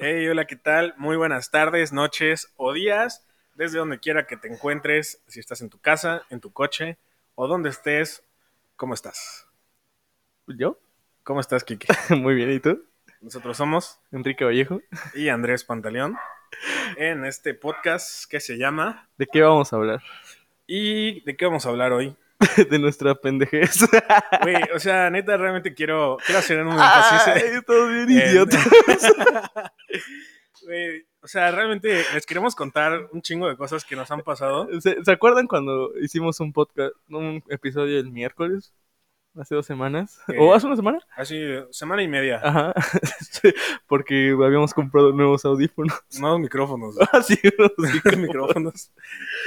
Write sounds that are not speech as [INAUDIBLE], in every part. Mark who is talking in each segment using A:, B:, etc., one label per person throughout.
A: Hey, hola, ¿qué tal? Muy buenas tardes, noches o días, desde donde quiera que te encuentres, si estás en tu casa, en tu coche o donde estés, ¿cómo estás?
B: ¿Yo? [LAUGHS]
A: ¿Cómo estás, Kike?
B: Muy bien, ¿y tú?
A: Nosotros somos
B: Enrique Vallejo.
A: y Andrés Pantaleón en este podcast que se llama
B: ¿De qué vamos a hablar? [LAUGHS]
A: ¿Y de qué vamos a hablar hoy?
B: De nuestra pendejez.
A: [LAUGHS] Güey, o sea, neta, realmente quiero, quiero hacer un
B: Ay,
A: énfasis. eh.
B: todos bien
A: en-
B: idiotas.
A: Güey, o sea, realmente les queremos contar un chingo de cosas que nos han pasado.
B: ¿Se, se acuerdan cuando hicimos un podcast, un episodio el miércoles? Hace dos semanas.
A: Eh.
B: ¿O hace una semana?
A: Hace semana y media.
B: Ajá. [LAUGHS] Sí, Porque habíamos comprado nuevos audífonos. [LAUGHS] Ah,
A: Nuevos micrófonos.
B: Así, unos
A: [LAUGHS] güey, micrófonos.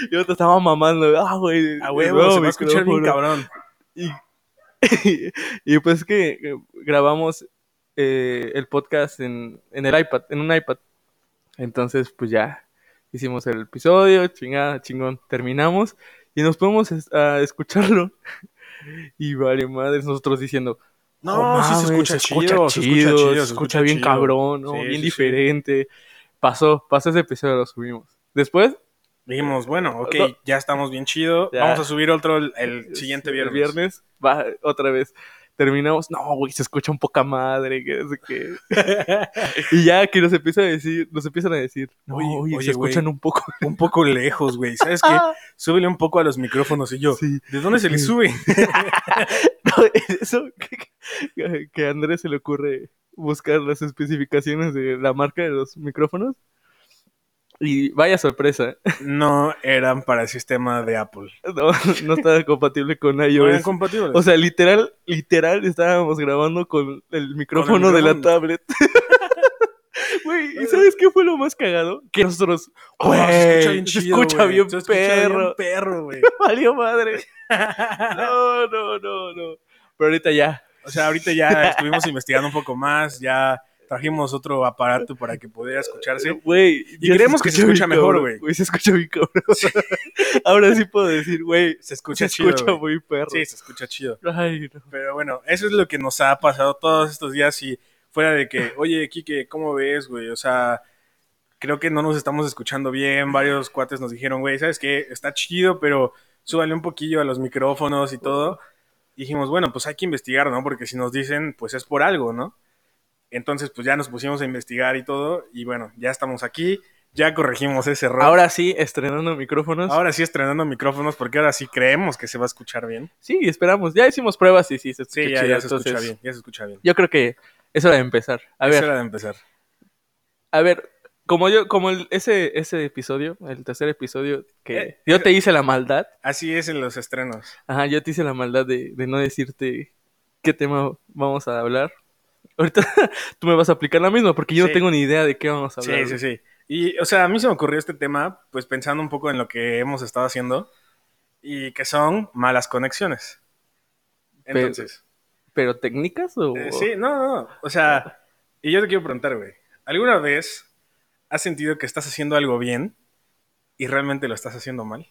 B: Y yo te estaba mamando. Ah, güey.
A: A
B: el
A: huevo,
B: nuevo
A: se va a escuchar bien
B: micrófono.
A: cabrón.
B: Y, [LAUGHS] y pues que eh, grabamos eh, el podcast en, en el iPad, en un iPad. Entonces, pues ya hicimos el episodio, chingada, chingón, terminamos y nos podemos a escucharlo. [LAUGHS] Y vale, madres, nosotros diciendo, "Oh,
A: No, sí se
B: mames,
A: escucha, chido, se escucha chido,
B: se escucha bien
A: chido.
B: cabrón, ¿no?
A: Sí,
B: bien
A: sí, sí.
B: diferente. Pasó, pasó ese episodio, lo subimos. Después,
A: Dijimos, bueno, ok,
B: No.
A: ya estamos bien chido.
B: Ya.
A: Vamos a subir otro el, el siguiente viernes.
B: El viernes, va otra vez. Terminamos, no, güey, se escucha un poca madre, que no sé
A: [LAUGHS]
B: qué. y ya que nos empiezan a decir, nos empiezan a decir, no,
A: Oye,
B: oye,
A: oye,
B: se escuchan un poco.
A: Un poco lejos, güey. ¿Sabes
B: [LAUGHS]
A: qué? Súbele un poco a los micrófonos y yo.
B: Sí.
A: ¿De dónde se le sube?
B: No, [LAUGHS] eso que, que a Andrés se le ocurre buscar las especificaciones de la marca de los micrófonos. Y vaya sorpresa, [LAUGHS]
A: No eran para el sistema de Apple.
B: no, no estaba compatible con
A: No eran
B: iOS.
A: compatibles.
B: [LAUGHS] O sea, literal, literal estábamos grabando con el micrófono de la
A: micrófono.
B: tablet. [LAUGHS] Güey, ¿y sabes qué fue lo más cagado? Que nosotros,
A: Oh,
B: güey,
A: se escucha bien
B: se
A: chido,
B: escucha
A: güey.
B: bien
A: Se escucha bien [LAUGHS]
B: perro. [LAUGHS]
A: perro, güey.
B: Valió madre. No, no, no, no. Pero ahorita ya.
A: O sea, ahorita ya estuvimos investigando un poco más, ya trajimos otro aparato para que pudiera escucharse.
B: Güey,
A: Y
B: ya
A: creemos que se
B: bien
A: escucha mejor,
B: cabrón,
A: güey.
B: Se escucha bien cabrón. [LAUGHS] Ahora sí puedo decir, güey,
A: Se
B: se
A: escucha chido.
B: escucha
A: güey.
B: muy perro.
A: Sí, se escucha chido.
B: Ay, no.
A: Pero bueno, eso es lo que nos ha pasado todos estos días y fuera de que, oye, Kike, ¿cómo ves, güey? O sea, creo que no nos estamos escuchando bien. Varios cuates nos dijeron, güey, ¿sabes qué? Está chido, pero súbale un poquillo a los micrófonos y todo. Dijimos, bueno, pues hay que investigar, ¿no? Porque si nos dicen, pues es por algo, ¿no? Entonces, pues ya nos pusimos a investigar y todo. Y bueno, ya estamos aquí, ya corregimos ese error. Ahora,
B: Ahora sí, estrenando micrófonos.
A: sí estrenando micrófonos porque ahora sí creemos que se va a escuchar bien.
B: Sí, esperamos. Ya hicimos pruebas y sí, se escucha
A: Sí, ya,
B: chido,
A: ya se escucha
B: entonces,
A: bien, ya se escucha bien.
B: Yo creo que es hora de empezar. A
A: Es
B: ver,
A: hora de empezar.
B: a ver, como yo, como el- ese, ese episodio, el tercer episodio, que
A: Eh,
B: yo te hice la maldad,
A: Así es en los estrenos.
B: ajá, yo te hice la maldad de, de no decirte qué tema vamos a hablar. Ahorita [LAUGHS] tú me vas a aplicar la misma porque yo
A: Sí.
B: no tengo ni idea de qué vamos a hablar.
A: Sí, sí, sí. Y, o sea, a mí se me ocurrió este tema, pues pensando un poco en lo que hemos estado haciendo y que son malas conexiones.
B: Pero-
A: Entonces,
B: ¿Pero técnicas o...?
A: eh, sí, no, no, no. O sea, y yo te quiero preguntar, güey, ¿alguna vez has sentido que estás haciendo algo bien y realmente lo estás haciendo mal?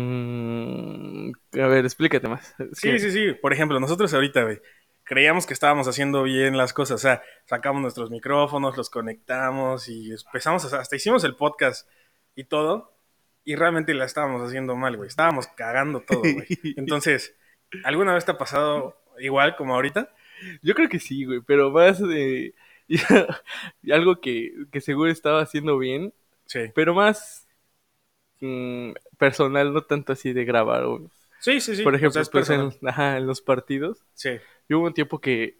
B: Mm, a ver, explícate más. [LAUGHS] Es
A: Sí,
B: que-
A: sí, sí. Por ejemplo, nosotros ahorita, güey, creíamos que estábamos haciendo bien las cosas. O sea, sacamos nuestros micrófonos, los conectamos y empezamos, a- hasta hicimos el podcast y todo. Y realmente la estábamos haciendo mal, güey. Estábamos cagando todo, güey.
B: [LAUGHS]
A: Entonces, ¿alguna vez te ha pasado igual como ahorita?
B: Yo creo que sí, güey, pero más de... [LAUGHS] y algo que, que seguro estaba haciendo bien
A: Sí.
B: pero más mm, personal, no tanto así de grabar. o-
A: Sí, sí, sí.
B: Por
A: O
B: ejemplo,
A: sea, es
B: pues, en,
A: personal.
B: ajá, en los partidos,
A: Sí,
B: yo hubo un tiempo que,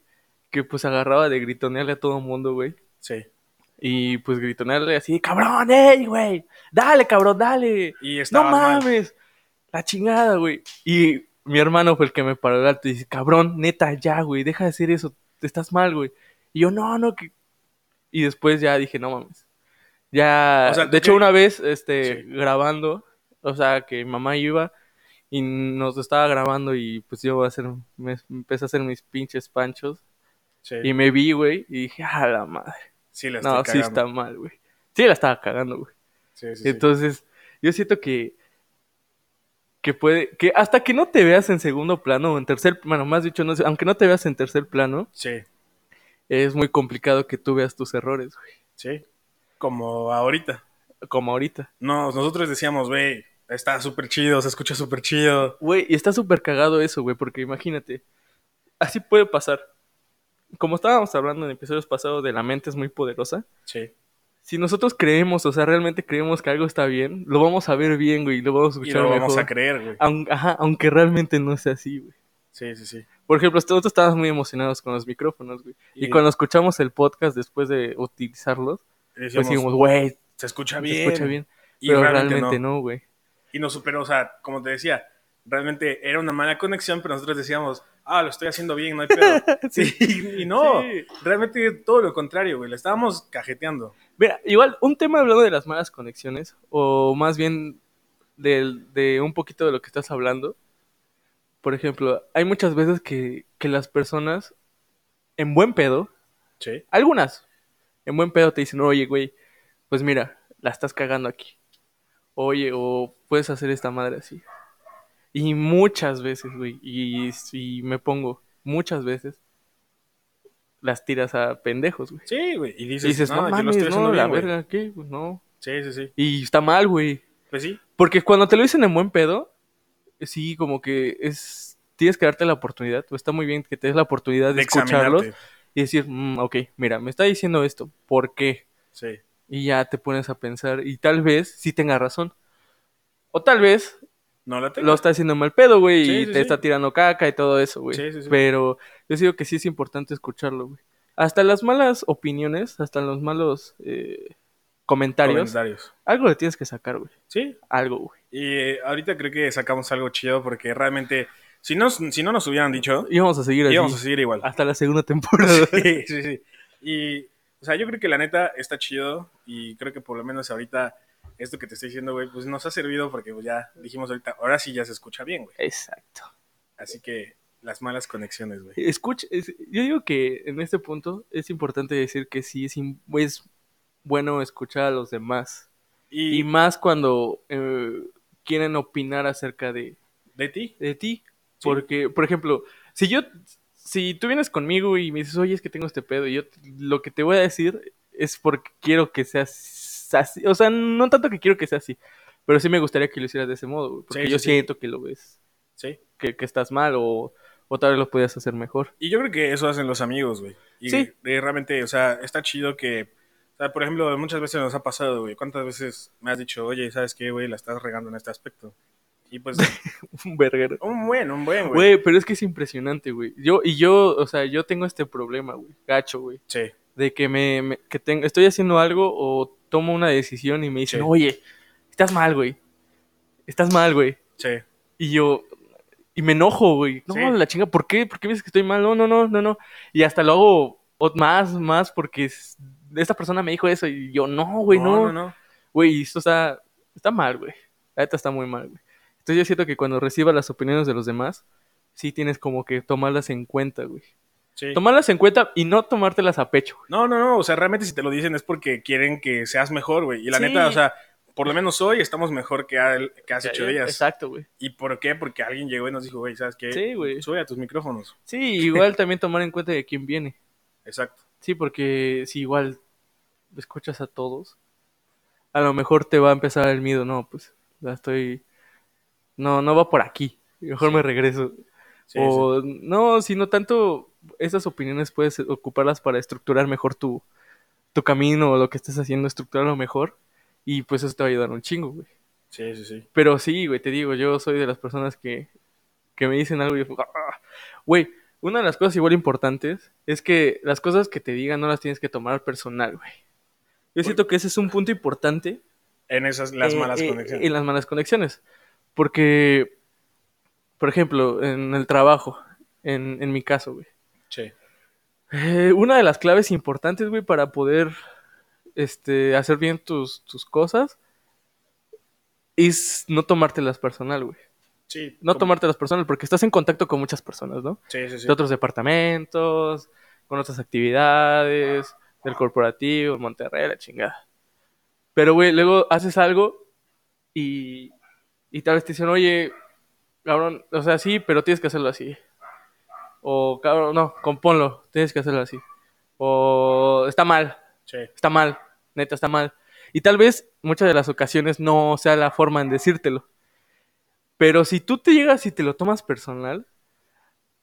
B: que pues agarraba de gritonearle a todo el mundo, güey.
A: sí.
B: Y pues gritonearle así, cabrón, ey, güey, dale, cabrón, dale.
A: Y
B: No
A: estábamos mal.
B: mames, la chingada, güey. Y mi hermano fue el que me paró el alto y dice, cabrón, neta, ya, güey, deja de hacer eso, te estás mal, güey. Y yo, no, no, que... Y después ya dije, no mames. Ya,
A: O sea, ¿tú
B: de hecho,
A: qué-
B: una vez, este,
A: Sí.
B: grabando, o sea, que mi mamá iba y nos estaba grabando y pues yo voy a hacer, me, empecé a hacer mis pinches panchos
A: Sí,
B: y me vi, güey, y dije, a la madre,
A: sí, la estoy
B: no, sí
A: cagando.
B: está mal, güey. Sí la estaba cagando, güey.
A: Sí, sí, sí.
B: Entonces, yo siento que que puede que hasta que no te veas en segundo plano o en tercer, bueno, más dicho, no sé, aunque no te veas en tercer plano,
A: Sí.
B: es muy complicado que tú veas tus errores, güey.
A: Sí. Como ahorita.
B: Como ahorita.
A: No, nosotros decíamos, güey, está súper chido, se escucha súper chido.
B: Güey, y está súper cagado eso, güey, porque imagínate, así puede pasar. Como estábamos hablando en episodios pasados de la mente es muy poderosa,
A: Sí.
B: si nosotros creemos, o sea, realmente creemos que algo está bien, lo vamos a ver bien, güey, y lo vamos a
A: Y
B: escuchar
A: lo vamos
B: mejor. Ah.
A: a creer, güey.
B: Aun- ajá, aunque realmente no sea así, güey.
A: Sí, sí, sí.
B: Por ejemplo, nosotros estábamos muy emocionados con los micrófonos, güey. Y,
A: Y-
B: cuando escuchamos el podcast después de utilizarlos,
A: Decíamos,
B: pues dijimos, güey,
A: se escucha
B: se
A: bien.
B: escucha bien.
A: Y
B: Pero
A: realmente,
B: realmente,
A: no. [LAUGHS]
B: no, güey.
A: Y nos superó, o sea, como te decía, realmente era una mala conexión, pero nosotros decíamos, ah, lo estoy haciendo bien, no hay
B: [LAUGHS]
A: pedo. sí. [LAUGHS] Y, y no,
B: Sí.
A: realmente todo lo contrario, güey. Le estábamos cajeteando.
B: Mira, igual, un tema hablando de las malas conexiones, o más bien del- de, un poquito de lo que estás hablando. Por ejemplo, hay muchas veces que, que las personas, en buen pedo,
A: Sí.
B: Algunas. En buen pedo te dicen, oye, güey, pues mira, la estás cagando aquí. Oye, o puedes hacer esta madre así. Y muchas veces, güey, y, y me pongo, muchas veces, las tiras a pendejos, güey.
A: Sí, güey. Y
B: Y
A: dices,
B: dices, no,
A: no, yo lo
B: mames,
A: estoy haciendo
B: no, la
A: bien, güey".
B: verga, ¿qué? Pues no.
A: Sí, sí, sí.
B: Y está mal, güey.
A: Pues sí.
B: Porque cuando te lo dicen en buen pedo, sí, como que es... Tienes que darte la oportunidad, o está muy bien que te des la oportunidad de,
A: De
B: escucharlos
A: examinarte.
B: y decir, "Mm, ok, mira, me está diciendo esto, ¿por qué?
A: Sí.
B: Y ya te pones a pensar y tal vez sí tenga razón. O tal vez
A: No la tengo.
B: lo está haciendo mal pedo, güey,
A: Sí,
B: y
A: sí,
B: te
A: sí.
B: está tirando caca y todo eso, güey.
A: Sí, sí, sí.
B: Pero yo digo que sí es importante escucharlo, güey. Hasta las malas opiniones, hasta los malos eh, comentarios,
A: Comentarios.
B: algo le tienes que sacar, güey.
A: Sí.
B: Algo, güey.
A: Y eh, ahorita creo que sacamos algo chido porque realmente, si, nos, si no nos hubieran dicho,
B: Y vamos a seguir así
A: íbamos a seguir igual.
B: hasta la segunda temporada.
A: [LAUGHS] sí, sí, sí. Y, o sea, yo creo que la neta está chido y creo que por lo menos ahorita esto que te estoy diciendo, güey, pues nos ha servido porque pues, ya dijimos ahorita, ahora sí ya se escucha bien, güey.
B: Exacto.
A: Así que las malas conexiones, güey.
B: Escucha, es- yo digo que en este punto es importante decir que sí es, im- es bueno escuchar a los demás. Y
A: Y
B: más cuando eh, quieren opinar acerca de,
A: de ti,
B: de ti. Porque, por ejemplo, si yo, si tú vienes conmigo y me dices, oye, es que tengo este pedo, y yo t- lo que te voy a decir es porque quiero que seas así. O sea, no tanto que quiero que sea así, pero sí me gustaría que lo hicieras de ese modo, güey, porque
A: Sí, sí,
B: yo
A: sí.
B: siento que lo ves,
A: sí.
B: que, que estás mal o, o tal vez lo podías hacer mejor. [LAUGHS]
A: Y yo creo que eso hacen los amigos, güey. Y
B: Sí.
A: eh, realmente, o sea, está chido que, o sea, por ejemplo, muchas veces nos ha pasado, güey. ¿Cuántas veces me has dicho, oye, ¿sabes qué, güey? La estás regando en este aspecto. Y
B: [LAUGHS]
A: pues,
B: Un verguero.
A: un buen, un buen, güey.
B: Güey, pero es que es impresionante, güey. Yo, y yo, o sea, yo tengo este problema, güey. Gacho, güey.
A: Sí,
B: de que me, me- que tengo, estoy haciendo algo o tomo una decisión y me dicen,
A: Sí.
B: oye, estás mal, güey. Estás mal, güey.
A: sí.
B: Y yo, y me enojo, güey. No,
A: Sí.
B: la chinga, ¿por qué? ¿Por qué me dices que estoy mal? No, no, no, no, no. Y hasta lo hago ot- más, más porque es- esta persona me dijo eso y yo, no, güey, no.
A: no, no.
B: Güey, esto está, está mal, güey. La neta está muy mal, güey. Entonces yo siento que cuando recibas las opiniones de los demás, sí tienes como que tomarlas en cuenta, güey.
A: Sí.
B: Tomarlas en cuenta y no tomártelas a pecho, güey.
A: No, no, no, o sea, realmente si te lo dicen es porque quieren que seas mejor, güey. Y la
B: Sí.
A: neta, o sea, por lo menos hoy estamos mejor que, al- que hace ocho días.
B: Exacto, güey.
A: ¿Y por qué? Porque alguien llegó y nos dijo, güey, ¿sabes qué?
B: Sí, güey.
A: Sube a tus micrófonos.
B: Sí, igual también tomar en cuenta de quién viene.
A: Exacto.
B: Sí, porque si igual escuchas a todos, a lo mejor te va a empezar el miedo. No, pues la estoy. No, no va por aquí. Mejor me regreso.
A: Sí,
B: o no, sino tanto esas opiniones puedes ocuparlas para estructurar mejor tu, tu camino o lo que estés haciendo, estructurarlo mejor. Y pues eso te va a ayudar un chingo, güey.
A: sí, sí, sí, sí.
B: Pero sí, güey, te digo, yo soy de las personas que, que me dicen algo y yo, "Ah". güey, una de las cosas igual importantes es que las cosas que te digan no las tienes que tomar personal, güey. Yo siento que ese es un punto importante
A: En esas, las
B: eh,
A: malas
B: eh,
A: conexiones.
B: En las malas conexiones. Porque, por ejemplo, en el trabajo, en, en mi caso, güey.
A: Sí.
B: Eh, una de las claves importantes, güey, para poder este, hacer bien tus, tus cosas es no tomártelas personal, güey
A: Sí.
B: no
A: como-
B: tomártelas personal porque estás en contacto con muchas personas, ¿no?
A: Sí, sí, sí.
B: De otros departamentos, con otras actividades, del corporativo, Monterrey, la chingada. Pero, güey, luego haces algo y, y tal vez te dicen, oye, cabrón, o sea, sí, pero tienes que hacerlo así. O, cabrón, no, componlo, tienes que hacerlo así. o está mal,
A: Sí.
B: está mal, neta está mal. Y tal vez muchas de las ocasiones no sea la forma en decírtelo. Pero si tú te llegas y te lo tomas personal,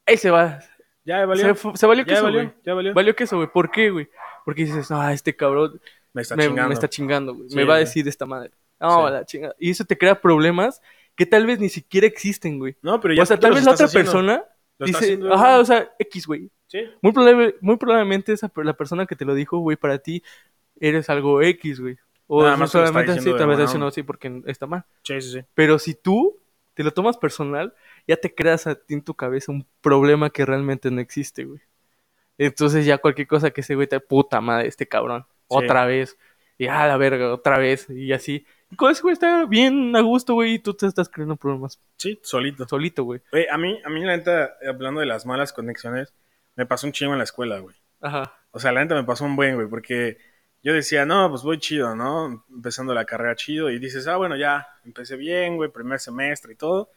B: ahí se va.
A: Ya
B: Se,
A: valió.
B: fu- se valió que
A: ya
B: eso,
A: valió.
B: güey.
A: Ya valió.
B: [LAUGHS] Valió que eso, güey. ¿Por qué, güey? Porque dices, ah, este cabrón
A: Me está
B: me,
A: chingando.
B: me está chingando, güey.
A: Sí,
B: me va a
A: güey.
B: decir esta madre. No,
A: Sí.
B: la chingada. Y eso te crea problemas que tal vez ni siquiera existen, güey.
A: no, pero ya
B: O sea,
A: tú
B: tal
A: los
B: vez la otra
A: estás haciendo.
B: persona
A: Lo está
B: dice,
A: haciendo,
B: ajá,
A: güey.
B: o sea, X, güey.
A: Sí.
B: Muy, probable- muy probablemente esa, per- la persona que te lo dijo, güey, para ti eres algo X, güey. O
A: Nada
B: no
A: más te lo está
B: solamente así,
A: diciendo de
B: tal vez
A: buena
B: así, no,
A: onda.
B: sí, porque está mal.
A: Sí, sí, sí.
B: Pero si tú te lo tomas personal, ya te creas a ti en tu cabeza un problema que realmente no existe, güey. Entonces ya cualquier cosa que ese güey te puta madre, este cabrón, otra vez. Y a la verga, otra vez, y así. Y con ese güey está bien a gusto, güey, y tú te estás creando problemas
A: Sí, solito.
B: solito, güey.
A: Güey, a mí, a mí, la neta, hablando de las malas conexiones, me pasó un chingo en la escuela, güey.
B: Ajá.
A: O sea, la neta me pasó un buen, güey, porque yo decía, no, pues voy chido, ¿no? Empezando la carrera chido. Y dices, ah, bueno, ya, empecé bien, güey, primer semestre y todo.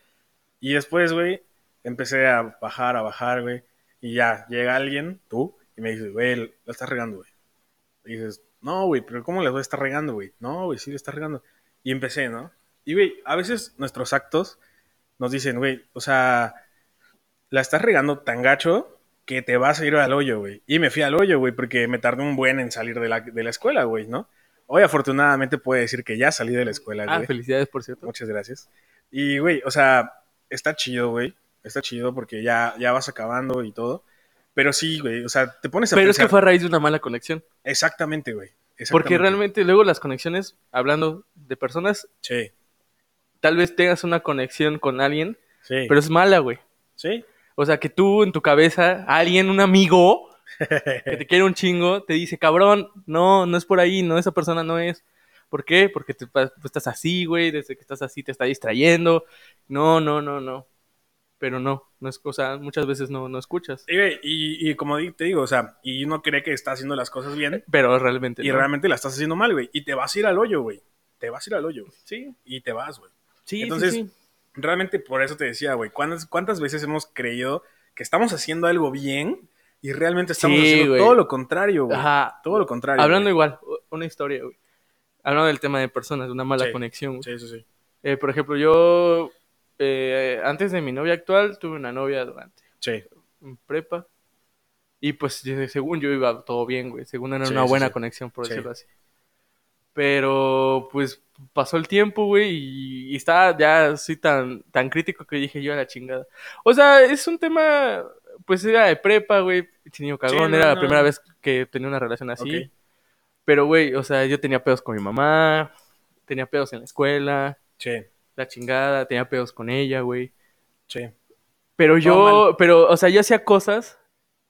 A: Y después, güey, empecé a bajar, a bajar, güey. Y ya, llega alguien, tú, y me dices, güey, la estás regando, güey. Y dices, no, güey, pero ¿cómo la voy a estar regando, güey? No, güey, sí la estás regando. Y empecé, ¿no? Y, güey, a veces nuestros actos nos dicen, güey, o sea, la estás regando tan gacho que te vas a ir al hoyo, güey. Y me fui al hoyo, güey, porque me tardé un buen en salir de la, de la escuela, güey, ¿no? Hoy afortunadamente puedo decir que ya salí de la escuela,
B: Ah,
A: güey.
B: felicidades, por cierto.
A: Muchas gracias. Y, güey, o sea, está chido, güey. Está chido porque ya, ya vas acabando y todo. Pero sí, güey, o sea, te pones a
B: Pero es
A: pensar.
B: que fue a raíz de una mala conexión.
A: Exactamente, güey.
B: Porque
A: exactamente.
B: realmente luego las conexiones, hablando de personas,
A: Sí,
B: tal vez tengas una conexión con alguien,
A: sí.
B: pero es mala, güey.
A: Sí,
B: O sea, que tú en tu cabeza, alguien, un amigo que
A: [LAUGHS]
B: te quiere un chingo, te dice, cabrón, no, no es por ahí, no, esa persona no es. ¿Por qué? Porque te pa- tú estás así, güey, desde que estás así te está distrayendo. No, no, no, no. Pero no, no es cosa, muchas veces no, no escuchas.
A: Y, güey, y, y como di- te digo, o sea, y uno cree que está haciendo las cosas bien
B: Pero realmente.
A: y
B: no.
A: realmente la estás haciendo mal, güey. Y te vas a ir al hoyo, güey. Te vas a ir al hoyo, güey.
B: Sí,
A: Y te vas, güey.
B: sí, sí,
A: Entonces,
B: sí.
A: Realmente por eso te decía, güey, ¿cuántas, ¿cuántas veces hemos creído que estamos haciendo algo bien y realmente estamos
B: Sí,
A: haciendo
B: güey.
A: todo lo contrario, güey?
B: Ajá.
A: Todo lo contrario.
B: Hablando
A: güey.
B: igual, u- una historia, güey. Hablando del tema de personas, de una mala
A: Sí,
B: conexión. güey.
A: Sí, sí, sí.
B: Eh, por ejemplo, yo, eh, antes de mi novia actual, tuve una novia durante
A: Sí,
B: en prepa. Y pues, yo- según yo iba todo bien, güey. Según era
A: Sí,
B: una
A: sí,
B: buena
A: sí.
B: conexión, por
A: Sí.
B: decirlo así. Pero, pues, pasó el tiempo, güey, y, y estaba ya así tan, tan crítico que dije yo a la chingada. O sea, es un tema, pues era de prepa, güey, niño cagón,
A: no,
B: era la
A: no.
B: primera vez que tenía una relación así.
A: Ok.
B: Pero, güey, o sea, yo tenía pedos con mi mamá, tenía pedos en la escuela,
A: sí,
B: la chingada, tenía pedos con ella, güey.
A: sí.
B: Pero
A: Todo
B: yo, pero, o sea, yo hacía cosas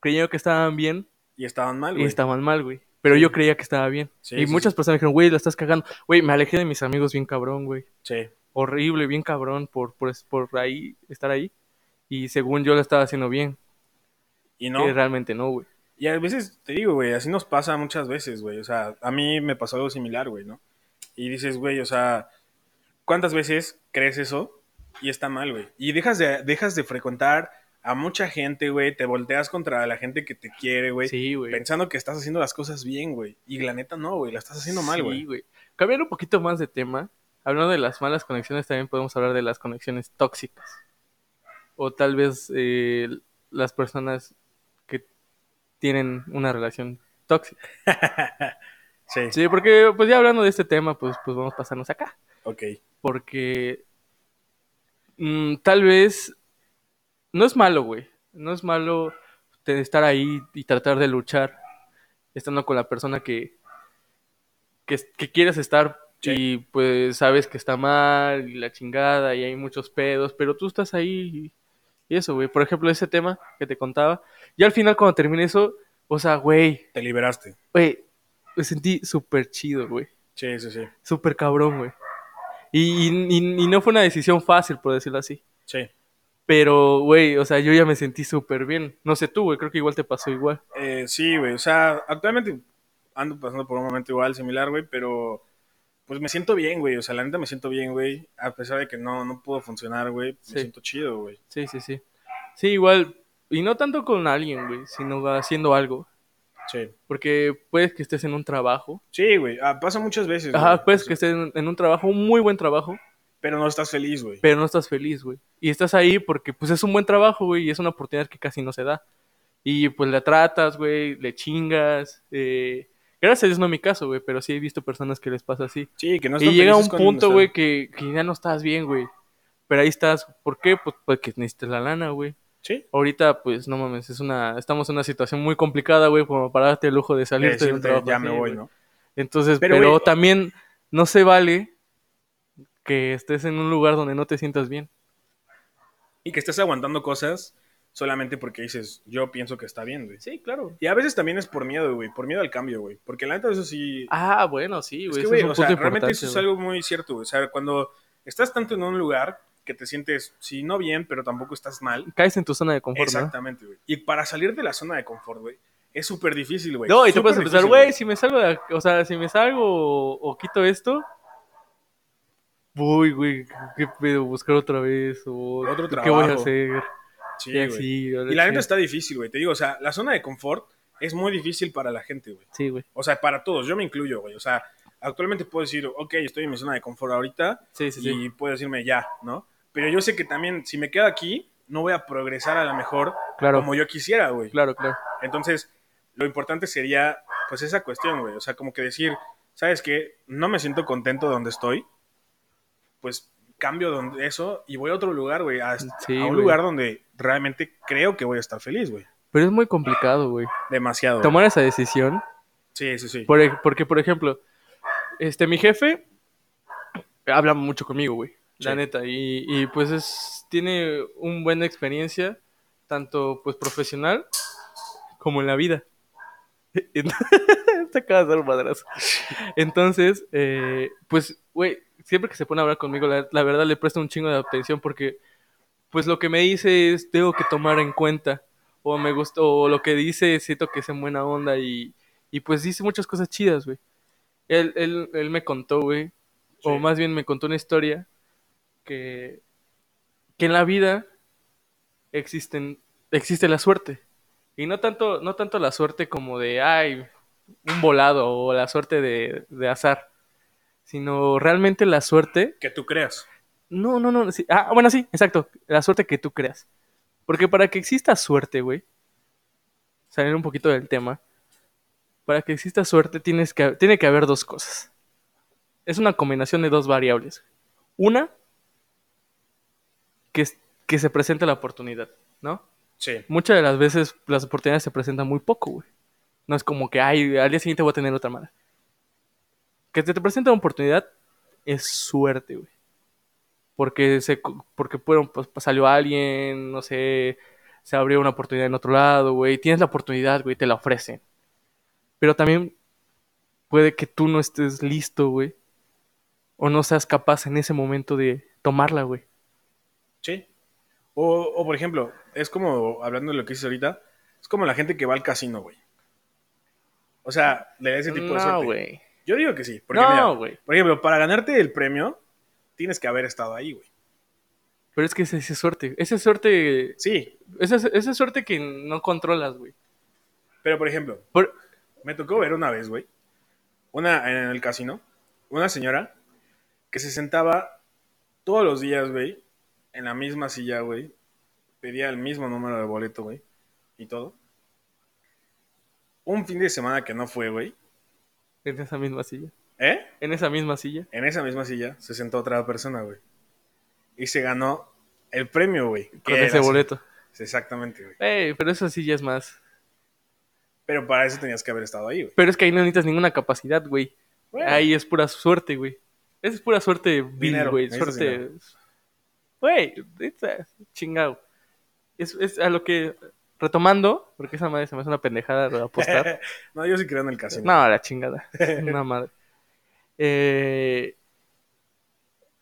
B: creyendo que estaban bien
A: Y estaban mal,
B: y
A: güey.
B: estaban mal, güey. Pero
A: Sí.
B: yo creía que estaba bien.
A: Sí,
B: y
A: sí,
B: muchas personas dijeron, güey, la estás cagando. Güey, me alejé de mis amigos bien cabrón, güey.
A: Sí,
B: Horrible, bien cabrón por, por, por ahí, estar ahí. Y según yo la estaba haciendo bien.
A: y no.
B: Y realmente no, güey.
A: Y a veces te digo, güey, así nos pasa muchas veces, güey. O sea, a mí me pasó algo similar, güey, ¿no? Y dices, güey, o sea, ¿cuántas veces crees eso? Y está mal, güey. Y dejas de, dejas de frecuentar a mucha gente, güey. Te volteas contra la gente que te quiere, güey.
B: Sí, güey.
A: Pensando que estás haciendo las cosas bien, güey. Y la neta no, güey. La estás haciendo mal,
B: Sí,
A: güey.
B: güey. Cambiando un poquito más de tema, hablando de las malas conexiones, también podemos hablar de las conexiones tóxicas. O tal vez eh, las personas que tienen una relación tóxica.
A: [LAUGHS] Sí.
B: Sí, porque pues ya hablando de este tema, pues, pues vamos a pasarnos acá.
A: Ok.
B: Porque mm, tal vez no es malo, güey. No es malo te- estar ahí y tratar de luchar estando con la persona que, que, que quieres estar
A: Sí.
B: y pues sabes que está mal y la chingada y hay muchos pedos, pero tú estás ahí y, y eso, güey. Por ejemplo, ese tema que te contaba. Y al final cuando termine eso, o sea, güey,
A: Te liberaste.
B: güey, me sentí súper chido, güey
A: Sí, sí, sí.
B: súper cabrón, güey. Y, y- y- y no fue una decisión fácil, por decirlo así.
A: Sí.
B: Pero, güey, o sea, yo ya me sentí súper bien. No sé tú, güey, creo que igual te pasó igual.
A: Eh, sí, güey. O sea, actualmente ando pasando por un momento igual, similar, güey, pero pues me siento bien, güey. O sea, la neta me siento bien, güey. A pesar de que no, no pudo funcionar, güey.
B: Sí.
A: Me siento chido, güey.
B: Sí, sí, sí. Sí, igual. Y no tanto con alguien, güey, sino haciendo algo.
A: Sí.
B: Porque puedes que estés en un trabajo.
A: Sí, güey. Ah, pasa muchas veces.
B: Ajá,
A: güey.
B: puedes que estés en, en un trabajo, un muy buen trabajo,
A: Pero no estás feliz, güey.
B: pero no estás feliz, güey. Y estás ahí porque, pues, es un buen trabajo, güey, y es una oportunidad que casi no se da. Y, pues, la tratas, güey, le chingas. eh, Gracias a Dios no es mi caso, güey, pero sí he visto personas que les pasa así.
A: Sí, que no
B: y
A: estás
B: llega un punto, güey, que, que ya no estás bien, güey. Pero ahí estás. ¿Por qué? Pues porque necesitas la lana, güey.
A: Sí.
B: Ahorita, pues, no mames, es una, estamos en una situación muy complicada, güey, como para darte el lujo de
A: Eh,
B: salirte de un
A: decirte,
B: trabajo.
A: ya
B: así,
A: me voy,
B: güey.
A: ¿no?
B: Entonces,
A: Pero,
B: pero,
A: güey,
B: también no se vale que estés en un lugar donde no te sientas bien.
A: Y que estés aguantando cosas solamente porque dices, yo pienso que está bien, güey.
B: Sí, claro.
A: Y a veces también es por miedo, güey. Por miedo al cambio, güey. Porque la neta, eso sí.
B: Ah, bueno, sí,
A: es
B: güey.
A: que,
B: eso
A: güey,
B: es un
A: o sea,
B: punto
A: realmente eso
B: importante,
A: es
B: güey.
A: algo muy cierto, güey. O sea, cuando estás tanto en un lugar que te sientes, sí, no bien, pero tampoco estás mal.
B: Caes en tu zona de confort, ¿no?
A: Exactamente, güey. Y para salir de la zona de confort, güey, es súper difícil, güey.
B: No, y tú
A: Súper
B: puedes empezar,
A: difícil,
B: güey, si me salgo de ac- o sea, si me salgo o, o quito esto, uy, güey, qué pedo, buscar otra vez, o
A: Otro
B: qué voy a
A: trabajo.
B: hacer,
A: Sí,
B: y
A: güey.
B: así,
A: Y la neta está difícil, güey. Te digo, o sea, la zona de confort es muy difícil para la gente, güey.
B: Sí, güey,
A: O sea, para todos, yo me incluyo, güey. O sea, actualmente puedo decir, ok, estoy en mi zona de confort ahorita
B: sí, sí, sí.
A: y puedo decirme ya, ¿no? Pero yo sé que también, si me quedo aquí, no voy a progresar a la mejor
B: claro,
A: como yo quisiera, güey.
B: claro, claro,
A: Entonces, lo importante sería, pues, esa cuestión, güey. O sea, como que decir, ¿sabes qué? No me siento contento donde estoy. Pues cambio donde eso y voy a otro lugar, güey. A,
B: Sí,
A: a un
B: güey.
A: lugar donde realmente creo que voy a estar feliz, güey.
B: Pero es muy complicado, güey,
A: Demasiado.
B: tomar esa decisión,
A: Sí, sí, sí.
B: por ej- porque, por ejemplo, este, mi jefe habla mucho conmigo, güey, la
A: Sí.
B: neta, y, y pues es, tiene un buena experiencia, tanto, pues, profesional como en la vida. [LAUGHS] Te acabas de dar un madrazo. Entonces, eh, pues, güey, siempre que se pone a hablar conmigo, la, la verdad le presto un chingo de atención porque, pues, lo que me dice es, tengo que tomar en cuenta. O me gustó, o lo que dice, siento que es en buena onda y, y pues dice muchas cosas chidas, güey. Él, él, él me contó, güey, o
A: Sí.
B: más bien me contó una historia que, que en la vida existen, existe la suerte. Y no tanto, no tanto la suerte como de, ay, un volado o la suerte de, de azar, sino realmente la suerte.
A: Que tú creas.
B: No, no, no. sí. Ah, bueno, sí, exacto. La suerte que tú creas. Porque para que exista suerte, güey, salir un poquito del tema, para que exista suerte tienes que, tiene que haber dos cosas. Es una combinación de dos variables. Una, que, es- que se presente la oportunidad, ¿no?
A: Sí.
B: muchas de las veces las oportunidades se presentan muy poco, güey. No es como que, ay, al día siguiente voy a tener otra mala. Que te, te presente una oportunidad es suerte, güey. Porque, se, co- porque fueron, pues, salió alguien, no sé, se abrió una oportunidad en otro lado, güey. Tienes la oportunidad, güey, te la ofrecen. Pero también puede que tú no estés listo, güey. O no seas capaz en ese momento de tomarla, güey.
A: Sí. O, o, por ejemplo, es como, hablando de lo que dices ahorita, es como la gente que va al casino, güey. O sea, le da ese tipo de
B: No,
A: suerte.
B: güey.
A: Yo digo que sí. Porque mira,
B: No, güey.
A: por ejemplo, para ganarte el premio, tienes que haber estado ahí, güey.
B: Pero es que esa es suerte. Esa es suerte
A: Sí,
B: Esa, es- esa es suerte que no controlas, güey.
A: pero por ejemplo,
B: Por-
A: me tocó ver una vez, güey, una en el casino, una señora que se sentaba todos los días, güey, en la misma silla, güey, pedía el mismo número de boleto, güey, y todo. Un fin de semana que no fue, güey,
B: En esa misma silla.
A: ¿eh?
B: En esa misma silla.
A: En esa misma silla se sentó otra persona, güey, y se ganó el premio, güey. que
B: Con
A: era
B: ese
A: así.
B: boleto.
A: Exactamente, güey.
B: Ey, pero esa silla es más.
A: Pero para eso tenías que haber estado ahí, güey.
B: Pero es que ahí no necesitas ninguna capacidad, güey.
A: Bueno,
B: Ahí es pura suerte, güey. Esa es pura suerte vil,
A: Dinero,
B: güey.
A: necesitas
B: Suerte.
A: dinero.
B: Güey, neta, chingado. Es, es a lo que. Retomando, porque esa madre se me hace una pendejada
A: [LAUGHS]
B: de apostar.
A: no, yo sí creo en el casino.
B: No, la chingada. [LAUGHS] Una madre. Eh,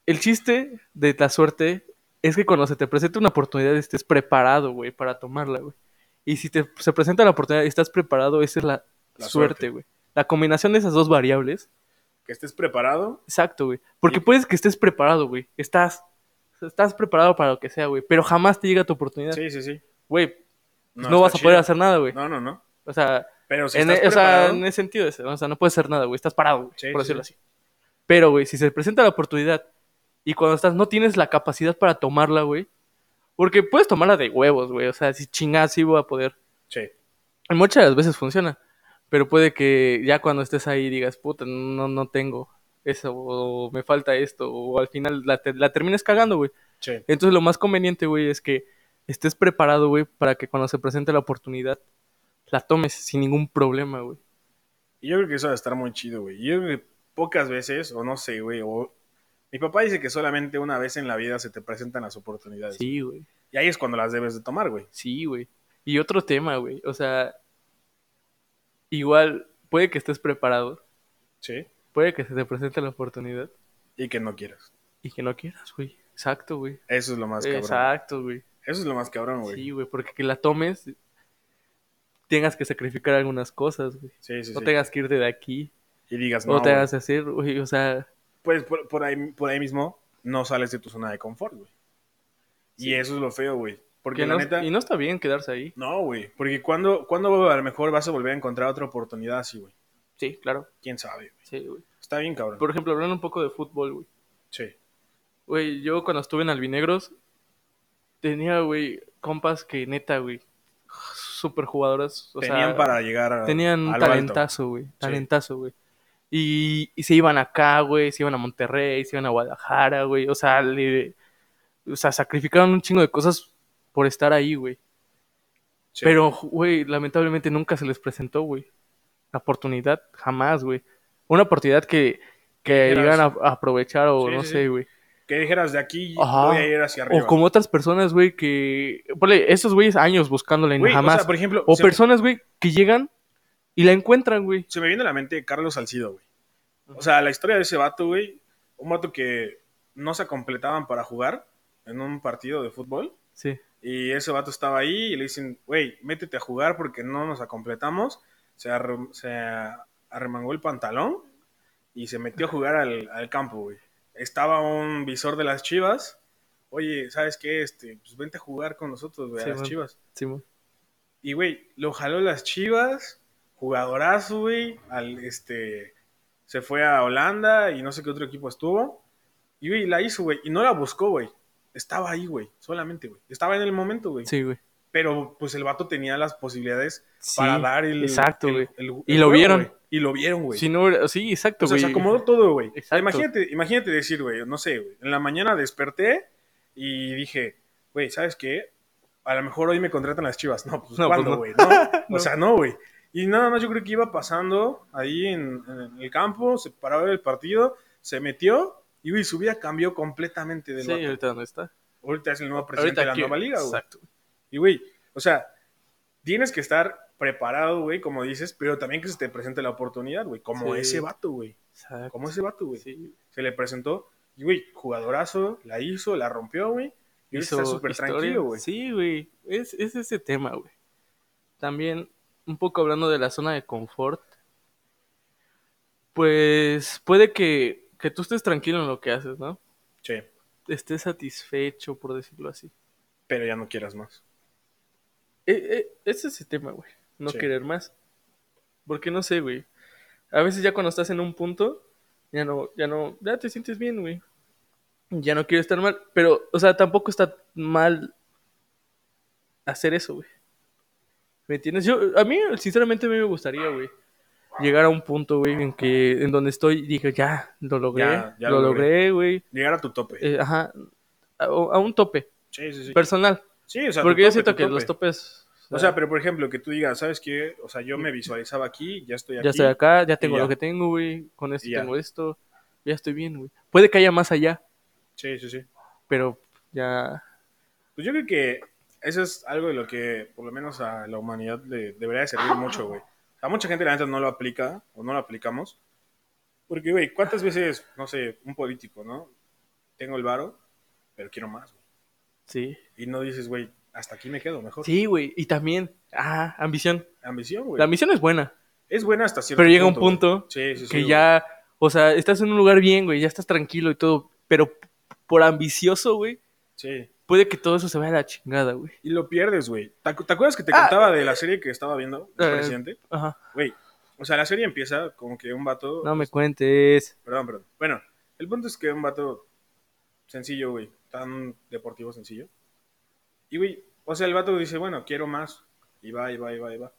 B: el chiste de la suerte es que cuando se te presenta una oportunidad estés preparado, güey, para tomarla, güey. Y si te se presenta la oportunidad y estás preparado, esa es la,
A: La suerte.
B: suerte, güey. La combinación de esas dos variables.
A: Que estés preparado.
B: Exacto, güey. Porque
A: Y-
B: puedes que estés preparado, güey. Estás, estás preparado para lo que sea, güey. Pero jamás te llega tu oportunidad.
A: Sí, sí, sí.
B: Güey, pues no,
A: está
B: vas a poder
A: chido.
B: hacer nada, güey.
A: No, no, no.
B: O sea,
A: Pero si
B: en,
A: estás
B: e- o sea,
A: preparado,
B: en ese sentido, ese, o sea, no puedes hacer nada, güey. Estás parado, güey,
A: Sí,
B: por
A: sí,
B: decirlo
A: sí.
B: así. Pero, güey, si se presenta la oportunidad y cuando estás no tienes la capacidad para tomarla, güey. Porque puedes tomarla de huevos, güey. O sea, si chingas, sí voy a poder.
A: sí.
B: Y Muchas de las veces funciona. Pero puede que ya cuando estés ahí digas, puta, no, no tengo eso, o me falta esto, o al final la, te- la termines cagando, güey.
A: sí.
B: Entonces lo más conveniente, güey, es que estés preparado, güey, para que cuando se presente la oportunidad, la tomes sin ningún problema, güey.
A: Y yo creo que eso va a estar muy chido, güey. Yo creo que pocas veces, o no sé, güey, o... Mi papá dice que solamente una vez en la vida se te presentan las oportunidades.
B: Sí, güey.
A: Y ahí es cuando las debes de tomar, güey.
B: Sí, güey. Y otro tema, güey. O sea, igual puede que estés preparado,
A: Sí.
B: puede que se te presente la oportunidad
A: Y que no quieras.
B: y que no quieras, güey. Exacto, güey.
A: Eso es lo más cabrón.
B: Exacto, güey.
A: Eso es lo más cabrón, güey.
B: Sí, güey, porque que la tomes, tengas que sacrificar algunas cosas, güey.
A: Sí, sí,
B: no
A: sí.
B: tengas que irte de aquí,
A: Y digas,
B: no,
A: no, güey.
B: tengas que hacer, güey, o sea,
A: pues por, por ahí, por ahí mismo no sales de tu zona de confort, güey.
B: Sí.
A: Y eso es lo feo, güey. Porque
B: que
A: la
B: no-
A: neta...
B: y no está bien quedarse ahí.
A: No, güey. Porque cuando, cuando a lo mejor vas a volver a encontrar otra oportunidad así, güey.
B: Sí, claro,
A: Quién sabe, güey.
B: sí, güey.
A: Está bien, cabrón.
B: Por ejemplo, hablando un poco de fútbol, güey.
A: Sí.
B: Güey, yo cuando estuve en Albinegros, tenía, güey, compas que neta, güey, super jugadoras. O
A: tenían
B: sea,
A: para llegar a, a
B: Tenían un
A: lo alto.
B: talentazo, güey. Talentazo, güey. Y, y se iban acá, güey. Se iban a Monterrey, se iban a Guadalajara, güey. O sea, le, o sea, sacrificaron un chingo de cosas por estar ahí, güey.
A: Sí.
B: Pero, güey, lamentablemente nunca se les presentó, güey. La oportunidad, jamás, güey. Una oportunidad que, que
A: Dijeras.
B: iban a, a aprovechar o
A: Sí,
B: no
A: sí,
B: sé,
A: sí.
B: güey.
A: que dijeras de aquí
B: Ajá.
A: voy a ir hacia arriba.
B: O como otras personas, güey, que... Ponle, esos güeyes años buscándola y
A: Güey,
B: jamás.
A: O sea, por ejemplo,
B: o
A: se, me-
B: personas, güey, que llegan y la encuentran, güey.
A: se me viene a la mente Carlos Salcido, güey. O sea, la historia de ese vato, güey, un vato que no se completaban para jugar en un partido de fútbol
B: Sí.
A: y ese vato estaba ahí y le dicen, güey, métete a jugar porque no nos acompletamos. Se, arre- se arremangó el pantalón y se metió a jugar al, al campo, güey. Estaba un visor de las chivas. Oye, ¿sabes qué? Este, pues vente a jugar con nosotros, güey,
B: Sí,
A: a las
B: man.
A: chivas.
B: Simón.
A: Y, güey, lo jaló las Chivas, jugadorazo, güey, al, este, se fue a Holanda y no sé qué otro equipo estuvo. Y, güey, la hizo, güey, y no la buscó, güey. Estaba ahí, güey, solamente, güey. Estaba en el momento, güey.
B: Sí, güey.
A: Pero, pues, el vato tenía las posibilidades para
B: Sí,
A: dar el...
B: exacto,
A: el-
B: güey.
A: el- el
B: Y lo
A: juego,
B: vieron.
A: güey. Y lo vieron, güey.
B: Si no hubiera- sí, exacto,
A: O sea,
B: güey.
A: se acomodó todo, güey.
B: Exacto.
A: Imagínate, imagínate decir, güey, no sé, güey. En la mañana desperté y dije, güey, ¿sabes qué? A lo mejor hoy me contratan las chivas. No, pues
B: No, pues,
A: ¿cuándo,
B: no. [LAUGHS]
A: güey? No. O sea, no, güey. Y nada más yo creo que iba pasando ahí en, en el campo, se paraba el partido, se metió y, güey, su vida cambió completamente del
B: Sí,
A: vato.
B: ahorita no está.
A: Ahorita es el nuevo presidente de la
B: aquí-
A: nueva liga, güey.
B: Exacto.
A: Y, güey, o sea, tienes que estar preparado, güey, como dices, pero también que se te presente la oportunidad, güey. Como
B: Sí.
A: ese vato, güey.
B: Exacto.
A: Como ese vato, güey
B: Sí.
A: se le presentó. Y, güey, jugadorazo, la hizo, la rompió, güey. Y ahorita está
B: Hizo
A: súper
B: historia.
A: tranquilo, güey.
B: Sí, güey. Es, es ese tema, güey. También, un poco hablando de la zona de confort. Pues puede que, que tú estés tranquilo en lo que haces, ¿no?
A: Sí,
B: Estés satisfecho, por decirlo así.
A: pero ya no quieras más.
B: Eh, eh, ese es el tema, güey. No
A: Sí.
B: querer más. Porque no sé, güey. A veces ya cuando estás en un punto, ya no, ya no, ya te sientes bien, güey. Ya no quiero estar mal. Pero, o sea, tampoco está mal hacer eso, güey. ¿Me entiendes? Yo, a mí, sinceramente, a mí me gustaría, güey. Llegar a un punto, güey, en que, en donde estoy, dije, ya, lo logré,
A: Ya, ya
B: lo
A: lo
B: logré, güey.
A: Llegar a tu tope.
B: Eh, ajá, a, a un tope
A: sí, sí, sí.
B: personal.
A: sí, o sea,
B: porque
A: tu
B: yo
A: tope,
B: siento
A: tu
B: que
A: tope.
B: los Ah. topes.
A: O sea, pero por ejemplo, que tú digas, ¿sabes qué? O sea, yo me visualizaba aquí, ya estoy aquí.
B: Ya estoy acá, ya tengo
A: ya.
B: lo que tengo, güey. Con esto
A: Y ya.
B: tengo esto. Ya estoy bien, güey. Puede que haya más allá,
A: Sí, sí, sí.
B: pero ya.
A: Pues yo creo que eso es algo de lo que, por lo menos a la humanidad, le debería de servir mucho, güey. A mucha gente, la neta, no lo aplica o no lo aplicamos. Porque, güey, ¿cuántas veces, no sé, un político, ¿no? Tengo el varo, pero quiero más, güey.
B: Sí.
A: Y no dices, güey, hasta aquí me quedo mejor.
B: Sí, güey. Y también, ah, ambición.
A: Ambición, güey.
B: La ambición es buena,
A: Es buena hasta cierto
B: pero llega un
A: güey.
B: punto
A: Sí, sí, sí,
B: que
A: güey.
B: ya. O sea, estás en un lugar bien, güey. Ya estás tranquilo y todo. Pero por ambicioso, güey,
A: Sí.
B: puede que todo eso se vaya a la chingada, güey.
A: Y lo pierdes, güey. ¿Te, acu- te acuerdas que te
B: Ah.
A: contaba de la serie que estaba viendo, El
B: Eh.
A: Presidente?
B: Ajá.
A: Güey, o sea, la serie empieza con que un vato...
B: No me cuentes.
A: Perdón, perdón. Bueno, el punto es que un vato sencillo, güey. Tan deportivo sencillo. Y, güey, o sea, el vato dice, bueno, quiero más. Y va, y va, y va, y va.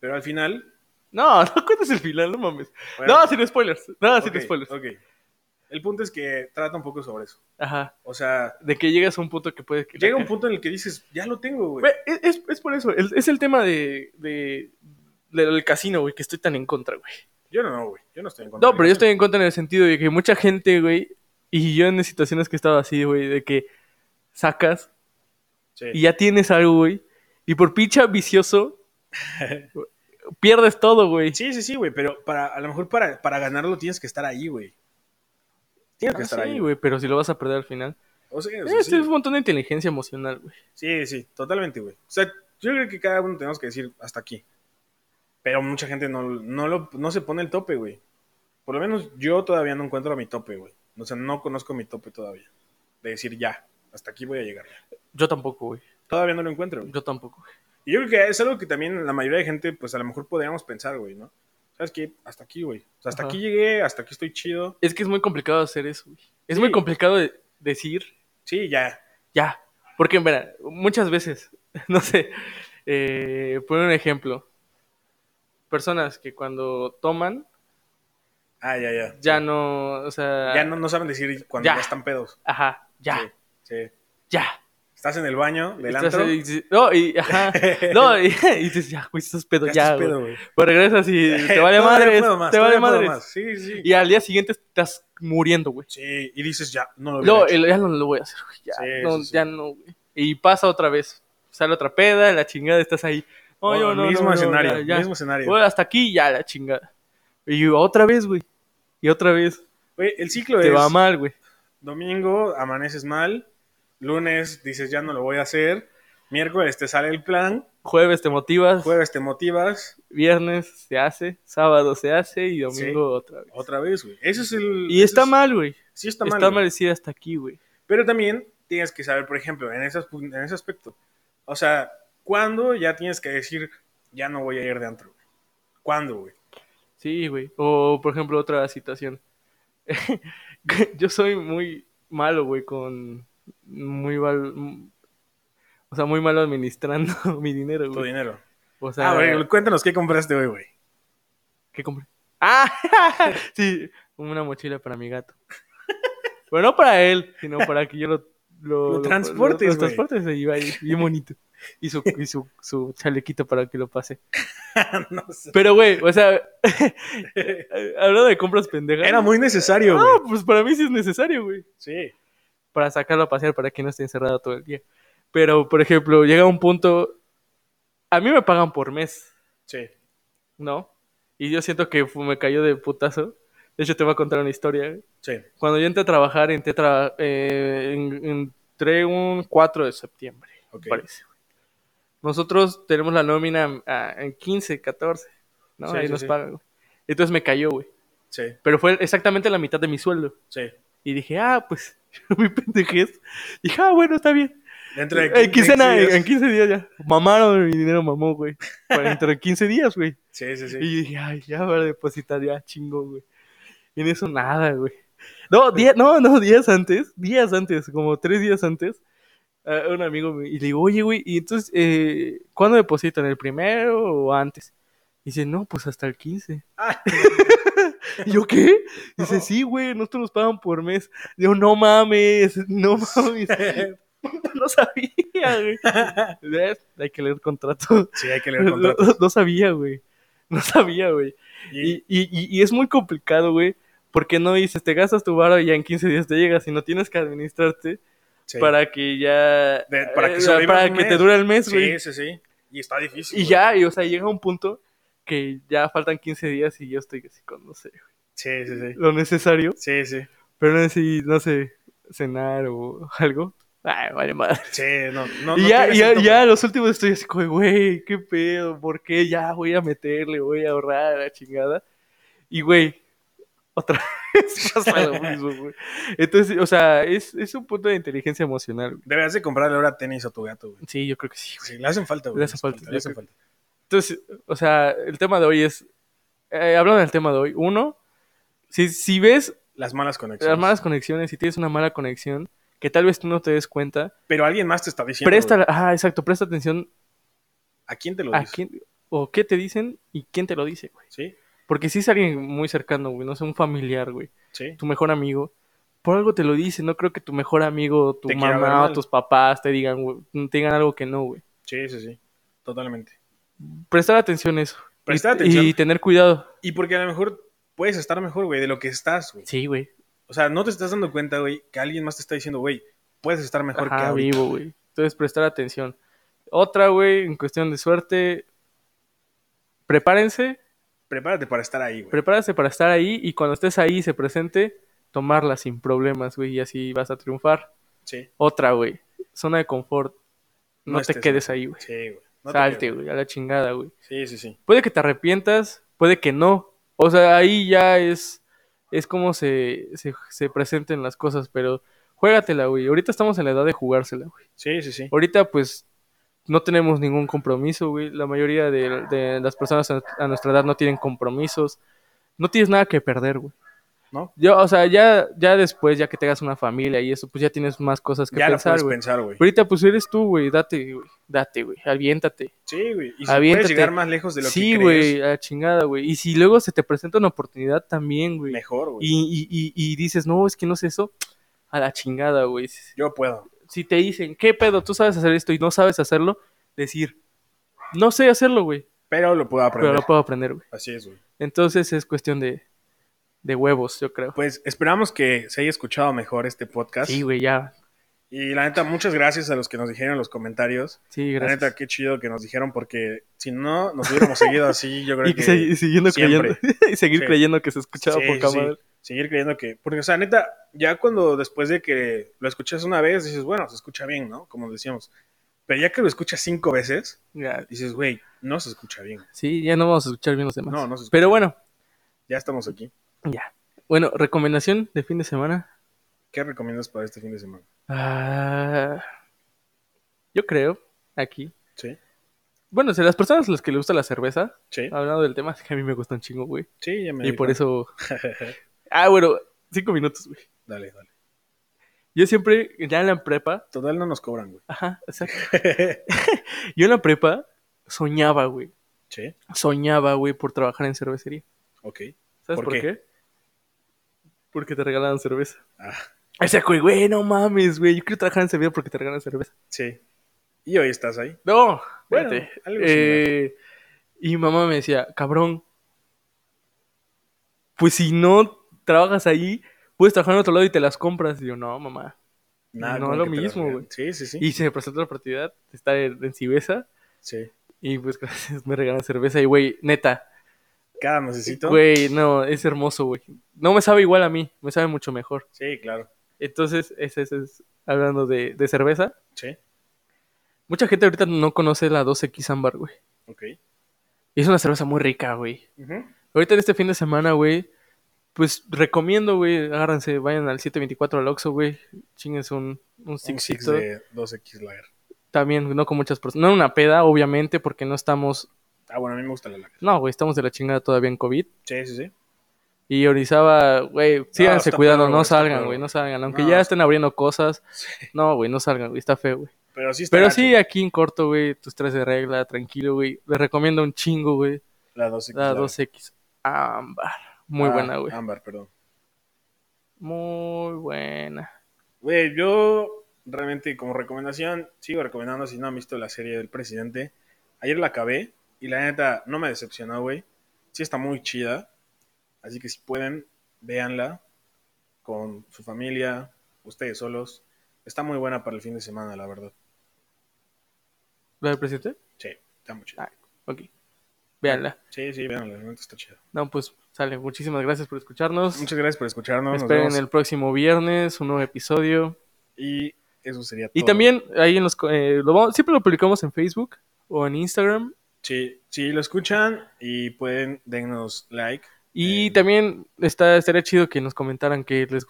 A: Pero al final...
B: No, [LAUGHS] no cuentes el final, no mames.
A: bueno,
B: no, sin spoilers. No,
A: ok,
B: sin spoilers.
A: ok. El punto es que trata un poco sobre eso.
B: Ajá.
A: O sea,
B: De que llegas a un punto que puede que.
A: llega un punto en el que dices, ya lo tengo, güey.
B: Güey, Es, es- es por eso. el- es el tema de, de- de- del casino, güey, que estoy tan en contra, güey.
A: Yo no, güey. Yo no estoy en contra.
B: No, pero yo estoy en contra en el sentido de que mucha gente, güey, y yo en situaciones que he estado así, güey, de que sacas
A: Sí.
B: y ya tienes algo, güey, y por
A: [LAUGHS]
B: pincha vicioso pierdes todo, güey.
A: Sí, sí, sí, güey, pero para, a lo mejor para, para ganarlo tienes que estar ahí, güey. Tienes que
B: Ah,
A: estar ahí.
B: sí, güey, pero si lo vas a perder al final.
A: O sea, o sea,
B: Este
A: sí.
B: es un montón de inteligencia emocional, güey.
A: sí, sí, totalmente, güey. O sea, yo creo que cada uno tenemos que decir hasta aquí. Pero mucha gente no, no, lo, no se pone el tope, güey. Por lo menos yo todavía no encuentro mi tope, güey. O sea, no conozco mi tope todavía. De decir ya, hasta aquí voy a llegar.
B: Yo tampoco, güey.
A: Todavía no lo encuentro, güey.
B: Yo tampoco. güey.
A: Y yo creo que es algo que también la mayoría de gente, pues a lo mejor podríamos pensar, güey, ¿no? ¿Sabes qué? Hasta aquí, güey. O sea, hasta
B: Ajá.
A: aquí llegué, hasta aquí estoy chido.
B: Es que es muy complicado hacer eso, güey. Es
A: Sí.
B: muy complicado de- decir
A: Sí, ya.
B: Ya. Porque, mira, muchas veces, [LAUGHS] no sé, eh, poner un ejemplo. Personas que cuando toman,
A: Ah, ya, ya.
B: ya no, o sea...
A: Ya no, no saben decir cuando ya,
B: Ya.
A: están pedos.
B: Ajá, ya,
A: Sí, sí.
B: ya.
A: Estás en el baño del
B: Estás
A: antro. [LAUGHS]
B: ahí y dices- no, y, ajá, no, y, [LAUGHS] y dices, ya, güey, estás pedo, ya,
A: ya estás
B: güey.
A: pedo, güey.
B: Pues
A: [LAUGHS]
B: regresas y te vale
A: Todavía
B: madres,
A: puedo más,
B: te vale
A: todavía puedo
B: madres.
A: más. Sí, sí.
B: Y al día siguiente estás muriendo, güey.
A: Sí, y dices ya, no lo hubiera
B: No,
A: hecho.
B: el- ya no lo voy a hacer, güey. Ya,
A: Sí,
B: no,
A: sí, sí.
B: ya no, güey. Y pasa otra vez. Sale otra peda, la chingada, estás ahí. No,
A: Oh,
B: yo no,
A: mismo
B: no, no,
A: escenario,
B: ya, ya.
A: mismo escenario.
B: Güey, hasta aquí ya la chingada. Y otra vez, güey. Y otra vez.
A: Güey, el ciclo
B: Te
A: es
B: va mal, güey.
A: domingo, amaneces mal. Lunes dices ya no lo voy a hacer. Miércoles te sale el plan.
B: Jueves te motivas,
A: Jueves te motivas.
B: viernes se hace, sábado se hace y domingo otra vez.
A: Otra vez, güey. Eso es el.
B: Y
A: eso
B: está
A: es-
B: mal, güey.
A: Sí, está
B: Está,
A: mal. güey.
B: mal decir hasta aquí, güey.
A: Pero también tienes que saber, por ejemplo, en, esas, en ese aspecto. O sea, ¿cuándo ya tienes que decir, ya no voy a ir de antro? güey? ¿Cuándo, güey?
B: Sí, güey. O, por ejemplo, otra situación. [LAUGHS] Yo soy muy malo, güey, con... Muy mal... O sea, muy malo administrando [LAUGHS] mi dinero,
A: Tu
B: güey.
A: dinero.
B: O sea,
A: ah, güey, cuéntanos qué compraste hoy, güey. [LAUGHS]
B: ¿Qué compré? ¡Ah! [LAUGHS] sí, una mochila para mi gato. Pero no para él, sino para que yo lo...
A: Lo
B: Lo,
A: transportes,
B: Lo,
A: güey.
B: transportes ahí, va, ahí, bien bonito. Y su, y su, su chalequito para que lo pase.
A: no sé.
B: Pero, güey, o sea... [LAUGHS] hablando de compras pendejas...
A: Era muy necesario, güey.
B: Ah, pues para mí sí es necesario, güey.
A: Sí.
B: Para sacarlo a pasear, para que no esté encerrado todo el día. Pero, por ejemplo, llega un punto... A mí me pagan por mes.
A: Sí.
B: ¿no? Y yo siento que fu- me cayó de putazo. De hecho, te voy a contar una historia. güey.
A: Sí.
B: Cuando yo entré a trabajar, entré, a tra- eh, en- entré un 4 de septiembre,
A: Ok.
B: parece. güey. Nosotros tenemos la nómina ah, en 15, 14, ¿no?
A: Sí,
B: Ahí
A: sí,
B: nos
A: sí.
B: pagan, güey. Entonces me cayó, güey.
A: Sí.
B: Pero fue exactamente la mitad de mi sueldo.
A: Sí.
B: Y dije, ah, pues, [LAUGHS] mi pendejez. Dije, ah, bueno, está bien.
A: Dentro de
B: en quincena,
A: días.
B: en 15 días ya. Mamaron, mi dinero mamó, güey. Entre 15 días, güey.
A: Sí, sí, sí.
B: Y yo dije, ay, ya va a depositar, ya chingo, güey. Y en eso nada, güey. No, día- no, no, días antes, días antes, como tres días antes, a un amigo me, y le digo, oye, güey, y entonces, eh, ¿cuándo depositan? ¿El primero o antes? Y dice, no, pues hasta el 15.
A: Ah.
B: [LAUGHS] ¿Y yo qué? Dice, sí, güey, nosotros nos pagan por mes. Digo, no mames, no mames. [LAUGHS] No sabía,
A: [LAUGHS]
B: güey. ¿Ves? Hay que leer contrato.
A: [LAUGHS] sí, hay que leer
B: [LAUGHS] No,
A: contratos.
B: no sabía, güey. No sabía, güey.
A: Y,
B: Y, y- y- y es muy complicado, güey. Porque no dices, te gastas tu varo y ya en 15 días te llegas y no tienes que administrarte
A: sí.
B: para que ya.
A: De- para que
B: eh,
A: sobrevivas
B: para
A: un
B: que te
A: mes.
B: dure el mes, güey.
A: Sí, sí, sí. Y está difícil.
B: y
A: güey.
B: ya, y, o sea, llega un punto que ya faltan 15 días y yo estoy así con, no sé,
A: Sí, sí, sí.
B: lo necesario.
A: Sí, sí.
B: Pero no sé, si, no sé, cenar o algo. Ay, vale, madre.
A: Sí, no. no
B: y
A: no
B: ya,
A: tienes
B: ya,
A: el tope.
B: ya, los últimos estoy así como, güey, qué pedo, ¿por qué? Ya voy a meterle, voy a ahorrar, la chingada. Y, güey, otra [LAUGHS] es pasa lo mismo, güey. Entonces, o sea, es, es un punto de inteligencia emocional, güey.
A: Deberías de comprarle ahora tenis a tu gato, güey.
B: Sí, yo creo que sí, güey.
A: Sí, le hacen falta, güey.
B: Le hace falta,
A: Le
B: yo
A: hacen
B: creo
A: falta.
B: Entonces, o sea, el tema de hoy es. eh, hablando del tema de hoy, uno, si, si ves
A: Las malas conexiones.
B: las malas conexiones, si tienes una mala conexión, que tal vez tú no te des cuenta,
A: Pero alguien más te está diciendo.
B: presta,
A: güey.
B: ah, exacto, presta atención
A: ¿A quién te lo
B: a
A: dice?
B: quién, o qué te dicen y quién te lo dice, güey.
A: Sí,
B: Porque si es alguien muy cercano, güey, no sé, un familiar, güey,
A: sí.
B: tu mejor amigo, por algo te lo dice, no creo que tu mejor amigo, tu
A: Te quiera ver
B: mamá o
A: mal.
B: tus papás te digan, güey, te digan algo que no, güey.
A: Sí, sí, sí. Totalmente.
B: Prestar atención a eso.
A: Prestar
B: y,
A: atención.
B: Y tener cuidado.
A: Y porque a lo mejor puedes estar mejor, güey, de lo que estás, güey.
B: Sí, güey.
A: O sea, no te estás dando cuenta, güey, que alguien más te está diciendo, güey, puedes estar mejor que
B: Ajá,
A: ahorita.
B: vivo, güey. Entonces, prestar atención. Otra, güey, en cuestión de suerte, prepárense,
A: Prepárate para estar ahí, güey.
B: prepárense para estar ahí y cuando estés ahí y se presente, tomarla sin problemas, güey, y así vas a triunfar.
A: Sí,
B: Otra, güey, zona de confort. No,
A: No
B: te
A: estés,
B: quedes ahí, güey.
A: sí, güey. No te
B: Salte,
A: pierdas.
B: güey, a la chingada, güey.
A: Sí, sí, sí.
B: Puede que te arrepientas, puede que no. O sea, ahí ya es, es como se, se, se presenten las cosas, pero juégatela, güey. Ahorita estamos en la edad de jugársela, güey.
A: Sí, sí, sí.
B: Ahorita, pues, no tenemos ningún compromiso, güey. La mayoría de, de las personas a, a nuestra edad no tienen compromisos. No tienes nada que perder, güey.
A: ¿No?
B: Yo, o sea, ya, ya después, ya que tengas una familia y eso, pues ya tienes más cosas que
A: Ya lo
B: pensar,
A: puedes
B: güey.
A: pensar, güey.
B: Ahorita, pues eres tú, güey. Date, güey. Date, güey. Aviéntate.
A: Sí, güey. Y si
B: Aviéntate.
A: puedes llegar más lejos de lo
B: Sí,
A: que crees,
B: güey, a la chingada, güey. Y si luego se te presenta una oportunidad también, güey.
A: mejor, güey.
B: Y, y- y- y dices, no, es que no sé eso. A la chingada, güey. Si-
A: Yo puedo.
B: Si te dicen, ¿qué pedo? Tú sabes hacer esto y no sabes hacerlo, decir, no sé hacerlo, güey.
A: Pero lo puedo
B: Pero
A: aprender.
B: lo puedo aprender, güey.
A: Así es, güey.
B: Entonces es cuestión de, de huevos, yo creo.
A: Pues esperamos que se haya escuchado mejor este podcast.
B: Sí, güey, ya.
A: Y la neta, muchas gracias a los que nos dijeron en los comentarios.
B: Sí,
A: La
B: gracias.
A: neta, qué chido que nos dijeron, porque si no nos hubiéramos seguido
B: [LAUGHS]
A: así, yo creo
B: Y
A: que.
B: que segui- siguiendo
A: siempre.
B: creyendo. [LAUGHS] y seguir
A: Sí.
B: creyendo que se escuchaba
A: Sí,
B: por poca
A: sí,
B: madre.
A: Seguir creyendo que. Porque, o sea, neta, ya cuando después de que lo escuchas una vez, dices, bueno, se escucha bien, ¿no? Como decíamos. Pero ya que lo escuchas cinco veces,
B: Ya,
A: dices, güey, no se escucha bien.
B: sí, ya no vamos a escuchar bien los demás.
A: No, no se escucha
B: Pero
A: bien.
B: bueno,
A: Ya estamos aquí.
B: ya. Bueno, recomendación de fin de semana.
A: ¿Qué recomiendas para este fin de semana?
B: Ah, yo creo, aquí.
A: Sí,
B: Bueno, si a las personas a las que les gusta la cerveza,
A: sí,
B: hablando del tema, es que a mí me gusta un chingo, güey.
A: sí, ya me.
B: Ah, Y
A: di
B: por
A: cuenta. [LAUGHS]
B: eso. Ah, bueno, cinco minutos, güey.
A: dale, dale.
B: Yo siempre, ya en la prepa,
A: Total, no nos cobran, güey. [LAUGHS]
B: ajá, exacto. Yo en la prepa soñaba, güey.
A: sí,
B: Soñaba, güey, por trabajar en cervecería.
A: ok.
B: ¿Sabes por,
A: ¿Por
B: qué?
A: qué?
B: Porque te regalaban cerveza.
A: Ah,
B: O sea, güey, güey, no mames, güey. Yo quiero trabajar en cervecería porque te regalan cerveza.
A: sí. Y hoy estás ahí.
B: No,
A: Bueno,
B: fíjate.
A: algo
B: Eh, y mi mamá me decía, cabrón, pues si no trabajas ahí, puedes trabajar en otro lado y te las compras. Y yo, no, mamá.
A: Nada,
B: No,
A: como
B: lo
A: que te las
B: mismo,
A: regalan.
B: güey.
A: Sí, sí, sí.
B: Y se me presentó la oportunidad de estar en, en Cibesa.
A: Sí.
B: Y pues [LAUGHS] gracias, me regalan cerveza. Y güey, neta,
A: Cada mesecito.
B: güey, no, es hermoso, güey. No me sabe igual a mí, me sabe mucho mejor.
A: Sí, claro.
B: Entonces, ese ese es, hablando de, de cerveza.
A: Sí,
B: Mucha gente ahorita no conoce la 12X Ámbar, güey.
A: ok.
B: Y es una cerveza muy rica, güey.
A: Ujú.
B: Ahorita en este fin de semana, güey, pues recomiendo, güey, agárrense, vayan al 724 al Oxxo, güey, chinguense un, un
A: Un six
B: sixito.
A: de 2X Lager.
B: También, no con muchas personas, no una peda, obviamente, porque no estamos,
A: Ah, bueno, a mí me gusta la Lager.
B: no, güey, estamos de la chingada todavía en COVID.
A: Sí, sí, sí.
B: Y Orizaba, güey, síganse
A: está
B: cuidando,
A: peor,
B: no
A: güey, está
B: salgan,
A: peor,
B: güey, no
A: güey.
B: salgan. Aunque
A: No,
B: ya
A: está-
B: estén abriendo cosas,
A: Sí.
B: no, güey, no salgan, güey, está feo, güey.
A: Pero sí está
B: Pero
A: gacho,
B: sí,
A: güey,
B: aquí en corto, güey, tus tres de regla, tranquilo, güey. Les recomiendo un chingo, güey,
A: La 2X
B: la
A: Lager.
B: 2X ámbar. Muy
A: Ah,
B: buena, güey.
A: Ámbar, perdón.
B: Muy buena.
A: Güey, yo realmente como recomendación sigo recomendando si no han visto la serie del presidente. Ayer la acabé y la neta no me decepcionó, güey. Sí está muy chida. Así que si pueden, véanla con su familia, ustedes solos. Está muy buena para el fin de semana, la verdad.
B: ¿La del presidente?
A: Sí, está muy chida.
B: Ah, ok. Véanla.
A: Sí, sí, véanla, la neta está chida.
B: No, pues sale. Muchísimas gracias por escucharnos.
A: Muchas gracias por escucharnos. nos
B: Esperen
A: vemos.
B: el próximo viernes un nuevo episodio.
A: Y eso sería todo.
B: Y también ahí en los... co- eh, lo vamos- siempre lo publicamos en Facebook o en Instagram.
A: Sí, si lo escuchan y pueden, dennos like,
B: Y también está, estaría chido que nos comentaran qué les